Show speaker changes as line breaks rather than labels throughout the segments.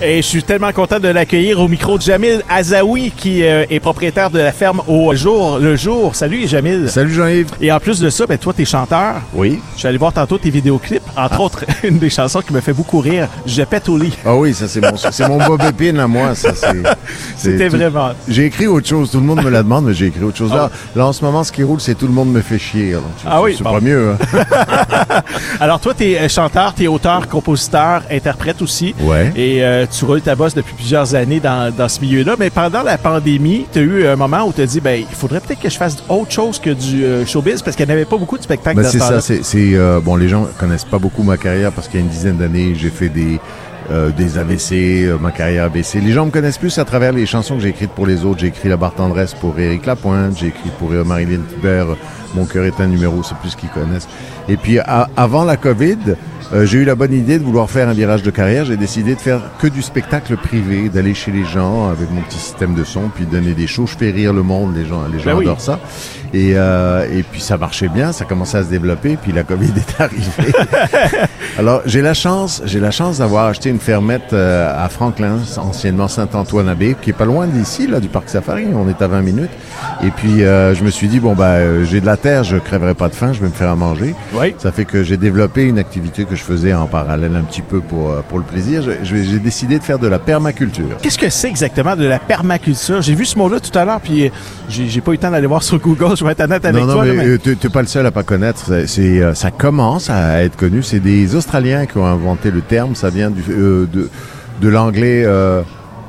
Et je suis tellement content de l'accueillir au micro de Jamil Azaoui, qui euh, est propriétaire de la ferme au jour le jour. Salut Jamil.
Salut Jean-Yves.
Et en plus de ça, ben toi, t'es chanteur.
Oui.
Je suis allé voir tantôt tes vidéoclips, entre autres une des chansons qui me fait beaucoup rire, Je pète au lit.
Ah oui, ça c'est mon, c'est mon Bob Épine à moi. Ça, c'est, c'est
C'était
tout-
vraiment.
J'ai écrit autre chose. Tout le monde me la demande, mais j'ai écrit autre chose. Là, là, en ce moment, ce qui roule, c'est tout le monde me fait chier. Donc, c'est-
Ah oui,
C'est
bon.
pas mieux. hein.
Alors toi, t'es euh, chanteur, t'es auteur, compositeur, interprète aussi.
Ouais.
Et euh, tu roules ta bosse depuis plusieurs années dans, dans ce milieu-là. Mais pendant la pandémie, t'as eu un moment où t'as dit, ben, il faudrait peut-être que je fasse autre chose que du euh, showbiz parce qu'il n'y avait pas beaucoup de spectacles
Ben,
dans ce
c'est
temps-là.
ça. C'est, c'est, euh, bon, les gens connaissent pas beaucoup ma carrière parce qu'il y a une dizaine d'années, j'ai fait des euh, des AVC, euh, ma carrière AVC. Les gens me connaissent plus à travers les chansons que j'ai écrites pour les autres. J'ai écrit La Barre Tendresse pour Éric Lapointe, j'ai écrit pour euh, Marilyn Tiber, Mon cœur est un numéro, c'est plus ce qu'ils connaissent. Et puis à- avant la Covid, euh, j'ai eu la bonne idée de vouloir faire un virage de carrière. J'ai décidé de faire que du spectacle privé, d'aller chez les gens avec mon petit système de son, puis donner des shows. Je fais rire le monde, les gens, les gens
Ben oui.
adorent ça. Et, euh, et puis ça marchait bien, ça commençait à se développer, puis la Covid est arrivée. Alors j'ai la chance, j'ai la chance d'avoir acheté une fermette euh, à Franklin, anciennement Saint-Antoine-Abbé, qui est pas loin d'ici là du parc Safari. On est à 20 minutes. Et puis euh, je me suis dit bon bah euh, j'ai de la terre, je crèverai pas de faim, je vais me faire à manger.
Oui.
Ça fait que j'ai développé une activité que je faisais en parallèle un petit peu pour euh, pour le plaisir. Je- je- J'ai décidé de faire de la permaculture.
Qu'est-ce que c'est exactement de la permaculture? J'ai vu ce mot-là tout à l'heure, puis euh, j'ai j'ai pas eu le temps d'aller voir sur Google, je vais être honnête avec
non, non,
toi. là,
mais,
mais-
euh, t'es- t'es pas le seul à pas connaître. C'est- C'est, euh, ça commence à être connu. C'est des Australiens qui ont inventé le terme. Ça vient du, euh, de, de l'anglais euh,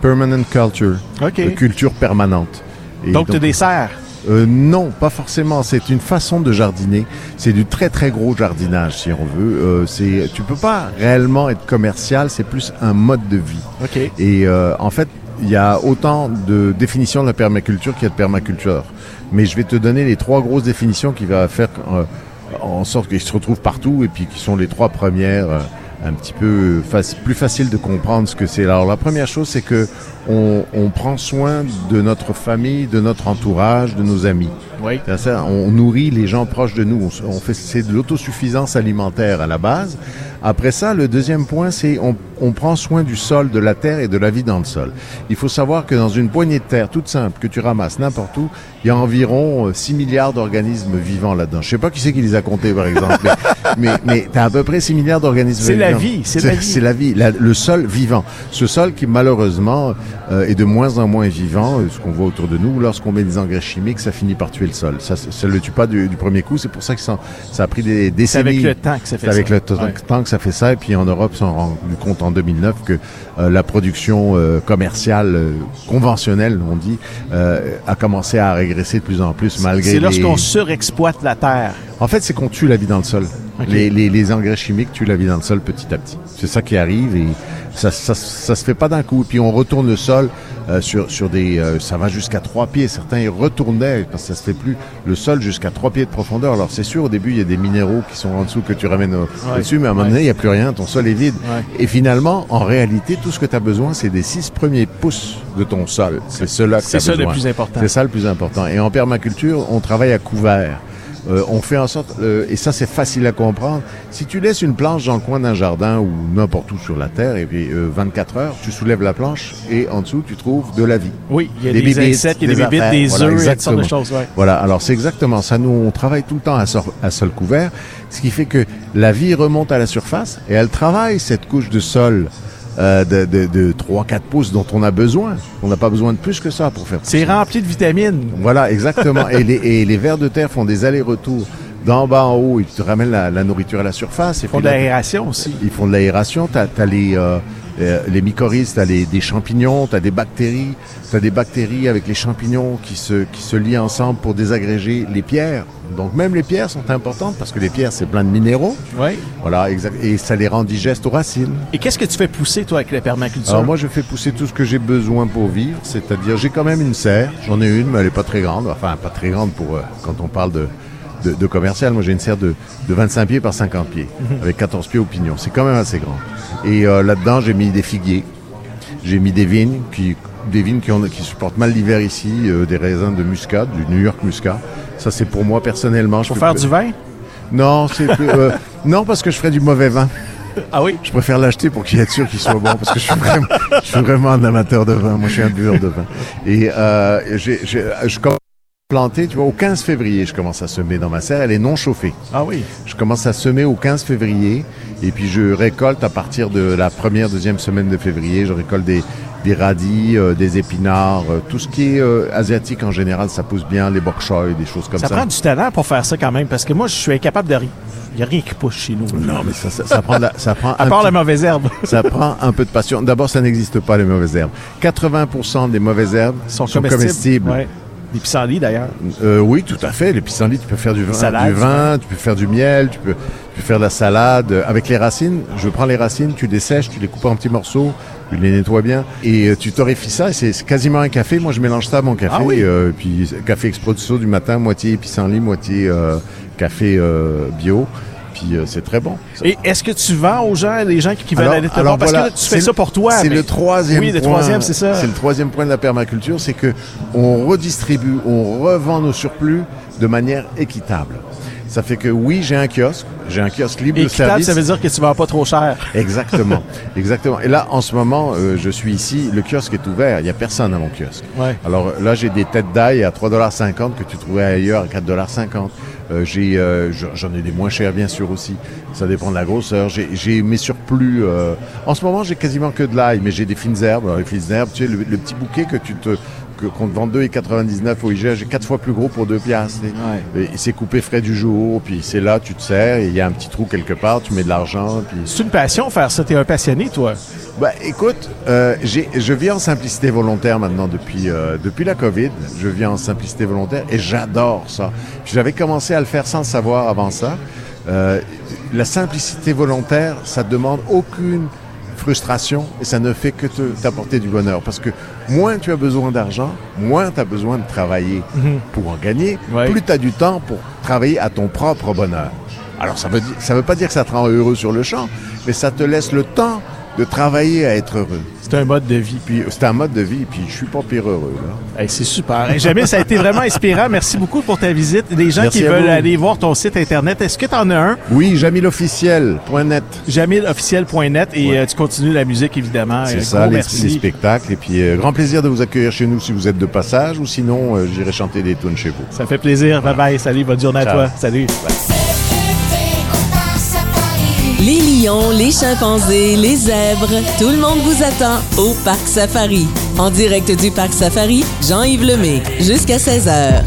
permanent culture,
OK.
Euh, culture permanente. Et
donc, tu des serres.
euh, non, pas forcément. C'est une façon de jardiner. C'est du très très gros jardinage, si on veut. Euh, c'est, tu peux pas réellement être commercial. C'est plus un mode de vie.
OK.
Et euh, en fait, il y a autant de définitions de la permaculture qu'il y a de permaculture. Mais je vais te donner les trois grosses définitions qui va faire euh, en sorte qu'ils se retrouvent partout et puis qui sont les trois premières euh, un petit peu fac- plus faciles de comprendre ce que c'est. Alors la première chose, c'est que on, on prend soin de notre famille, de notre entourage, de nos amis.
Oui.
C'est ça, on nourrit les gens proches de nous. On se- On, fait, c'est de l'autosuffisance alimentaire à la base. Après ça, le deuxième point, c'est on, on prend soin du sol, de la terre et de la vie dans le sol. Il faut savoir que dans une poignée de terre toute simple que tu ramasses n'importe où, il y a environ euh, 6 milliards d'organismes vivants là-dedans. Je sais pas qui c'est qui les a comptés, par exemple, mais, mais, mais t'as à peu près 6 milliards d'organismes
C'est la
vivants.
vie, c'est la vie.
c'est la vie, la- le sol vivant. Ce sol qui malheureusement euh, est de moins en moins vivant, euh, ce qu'on voit autour de nous. Lorsqu'on met des engrais chimiques, ça finit par tuer le sol. Ça ne le tue pas du, du premier coup, c'est pour ça que ça, ça a pris des
C'est
décennies.
avec le temps que ça fait
C'est avec
ça.
le temps,
Ouais.
temps que ça fait ça. Et puis en Europe, ils se sont rendus compte en 2009 que euh, la production euh, commerciale, euh, conventionnelle, on dit, euh, a commencé à régresser de plus en plus malgré
C'est
les-
lorsqu'on surexploite la terre.
en fait, c'est qu'on tue la vie dans le sol. Les, les- les engrais chimiques tuent la vie dans le sol petit à petit. C'est ça qui arrive et ça, ça, ça se fait pas d'un coup. Puis on retourne le sol euh, sur, sur des... euh, ça va jusqu'à trois pieds. Certains y retournaient parce que ça se fait plus. Le sol jusqu'à trois pieds de profondeur. Alors c'est sûr, au début, il y a des minéraux qui sont en dessous que tu ramènes au, dessus, mais à un moment donné, il n'y a plus rien. Ton sol est vide. Et finalement, en réalité, tout ce que tu as besoin, c'est des six premiers pouces de ton sol. C'est cela que
C'est
t'as
ça le
besoin.
plus important.
C'est ça le plus important. Et en permaculture, on travaille à couvert. Euh, on fait en sorte, euh, et ça c'est facile à comprendre, si tu laisses une planche dans le coin d'un jardin ou n'importe où sur la terre, et puis euh, 24 heures, tu soulèves la planche et en dessous tu trouves de la vie.
Oui, il y a des,
Des bibites,
insectes, il y a des
des
bibites,
affaires,
des
voilà,
œufs, et toutes sortes de
exactement.
choses. ouais.
Voilà, alors c'est exactement ça. Nous, on travaille tout le temps à, sor- à sol couvert, ce qui fait que la vie remonte à la surface et elle travaille cette couche de sol euh, de, de, de 3-4 pouces dont on a besoin. On n'a pas besoin de plus que ça pour faire
C'est
pousser.
rempli de vitamines.
Voilà, exactement. et, les, et les vers de terre font des allers-retours d'en bas en haut. Ils te ramènent la, la nourriture à la surface. Et
Ils font
puis
de
là,
l'aération aussi.
ils font de l'aération. T'as as les euh, euh, les mycorhizes, t'as les des champignons, t'as des bactéries, t'as des bactéries avec les champignons qui se qui se lient ensemble pour désagréger les pierres. Donc même les pierres sont importantes parce que les pierres c'est plein de minéraux.
Oui.
Voilà, exact. Et ça les rend digestes aux racines.
Et qu'est-ce que tu fais pousser, toi, avec la permaculture?
Alors moi, je fais pousser tout ce que j'ai besoin pour vivre, c'est-à-dire j'ai quand même une serre. J'en ai une, mais elle est pas très grande. Enfin, pas très grande pour euh, quand on parle de, de, de commercial. Moi, j'ai une serre de, de 25 pieds par 50 pieds,
Mhm.
avec 14 pieds au pignon. C'est quand même assez grand. Et euh, là-dedans, j'ai mis des figuiers. J'ai mis des vignes qui des vignes qui, ont- qui supportent mal l'hiver ici, euh, des raisins de muscat, du New York muscat. Ça, c'est pour moi personnellement. Je
pour
peux-
faire du vin?
Non, c'est plus- euh, non, parce que je ferais du mauvais vin.
Ah oui?
Je préfère l'acheter pour qu'il être sûr qu'il soit bon, parce que je suis vraiment, je suis vraiment un amateur de vin. Moi, je suis un buveur de vin. Et euh, j'ai- j'ai- je commence à planter, tu vois, au 15 février, je commence à semer dans ma serre. Elle est non chauffée.
Ah oui.
Je commence à semer au 15 février et puis je récolte à partir de la première, deuxième semaine de février. Je récolte des, des radis, euh, des épinards, euh, tout ce qui est euh, asiatique en général, ça pousse bien, les bok choy, des choses comme ça.
Ça, prend du talent pour faire ça quand même, parce que moi, je suis incapable de rien. Il n'y a rien qui pousse chez nous.
Non, mais ça, ça, ça prend, de la- ça prend
À
un
part
petit-
la mauvaise herbe.
ça prend un peu de passion. D'abord, ça n'existe pas, les mauvaises herbes. 80% des mauvaises herbes sont, comestibles.
Ouais. Des pissenlits, d'ailleurs.
Euh, oui, tout à fait. Les pissenlits, tu peux faire du vin,
salades,
du vin tu peux faire du miel, tu peux, tu peux faire de la salade. Euh, Avec les racines, je prends les racines, tu les sèches, tu les coupes en petits morceaux, tu les nettoies bien et euh, tu torréfies ça. et C'est c'est quasiment un café. Moi, je mélange ça à mon café.
Ah oui.
euh, puis café expresso du matin, moitié pissenlit, moitié euh, café euh, bio. Puis euh, c'est très bon. Ça-
Et est-ce que tu vends aux gens, les gens qui, qui veulent aller te voir? Parce
voilà,
que là, tu
c'est
fais
le-
ça pour toi.
C'est
mais-
le troisième
Oui, le
point.
troisième, c'est ça.
C'est le troisième point de la permaculture, c'est que on redistribue, on revend nos surplus de manière équitable. Ça fait que oui, j'ai un kiosque, j'ai un kiosque libre de
Équitable,
service.
ça veut dire que tu ne vends pas trop cher.
Exactement, exactement. Et là, en ce moment, euh, je suis ici, le kiosque est ouvert, il n'y a personne à mon kiosque.
Ouais.
Alors euh, là, j'ai des têtes d'ail à 3,50$ que tu trouvais ailleurs à 4,50$. Euh, j'ai, euh, j- j'en ai des moins chers, bien sûr, aussi. Ça dépend de la grosseur. J'ai, j'ai mes surplus. euh, En ce moment, j'ai quasiment que de l'ail, mais j'ai des fines herbes. Alors, les fines herbes, tu sais, le, le petit bouquet que tu te que- qu'on te vend 2,99 au IGA, j'ai quatre fois plus gros pour deux piastres. Et- Et, c'est coupé frais du jour, puis c'est là, tu te sers, et il y a un petit trou quelque part, tu mets de l'argent, puis
C'est une passion faire ça. T'es un passionné, toi.
bah, écoute, euh, j'ai- je vis en simplicité volontaire maintenant depuis euh, depuis la Covid. Je vis en simplicité volontaire et j'adore ça. Puis J'avais commencé à le faire sans le savoir avant ça. Euh, la simplicité volontaire, ça demande aucune frustration et ça ne fait que te- t'apporter du bonheur parce que moins tu as besoin d'argent, moins tu as besoin de travailler pour en gagner,
Ouais.
plus tu as du temps pour travailler à ton propre bonheur. Alors ça veut dire- ça veut pas dire que ça te rend heureux sur le champ, mais ça te laisse le temps de travailler à être heureux.
C'est un mode de vie.
Puis euh, c'est un mode de vie, puis je suis pas pire heureux là.
Hey, c'est super. Hey, Jamil, ça a été vraiment inspirant. Merci beaucoup pour ta visite. Les gens
Merci
qui
à
veulent
vous.
aller voir ton site Internet, est-ce que tu en as un?
Oui, jamilofficiel.net.
jamilofficiel.net et
Ouais.
euh, tu continues la musique, évidemment.
C'est
Euh,
ça,
gros
les,
merci.
les spectacles. Et puis, euh, grand plaisir de vous accueillir chez nous si vous êtes de passage, ou sinon, euh, j'irai chanter des tunes chez vous.
Ça fait plaisir. Bye-bye. Salut. Bonne journée à
Ciao.
toi. Salut.
Les lions, les chimpanzés, les zèbres, tout le monde vous attend au Parc Safari. En direct du Parc Safari, Jean-Yves Lemay, jusqu'à 16h.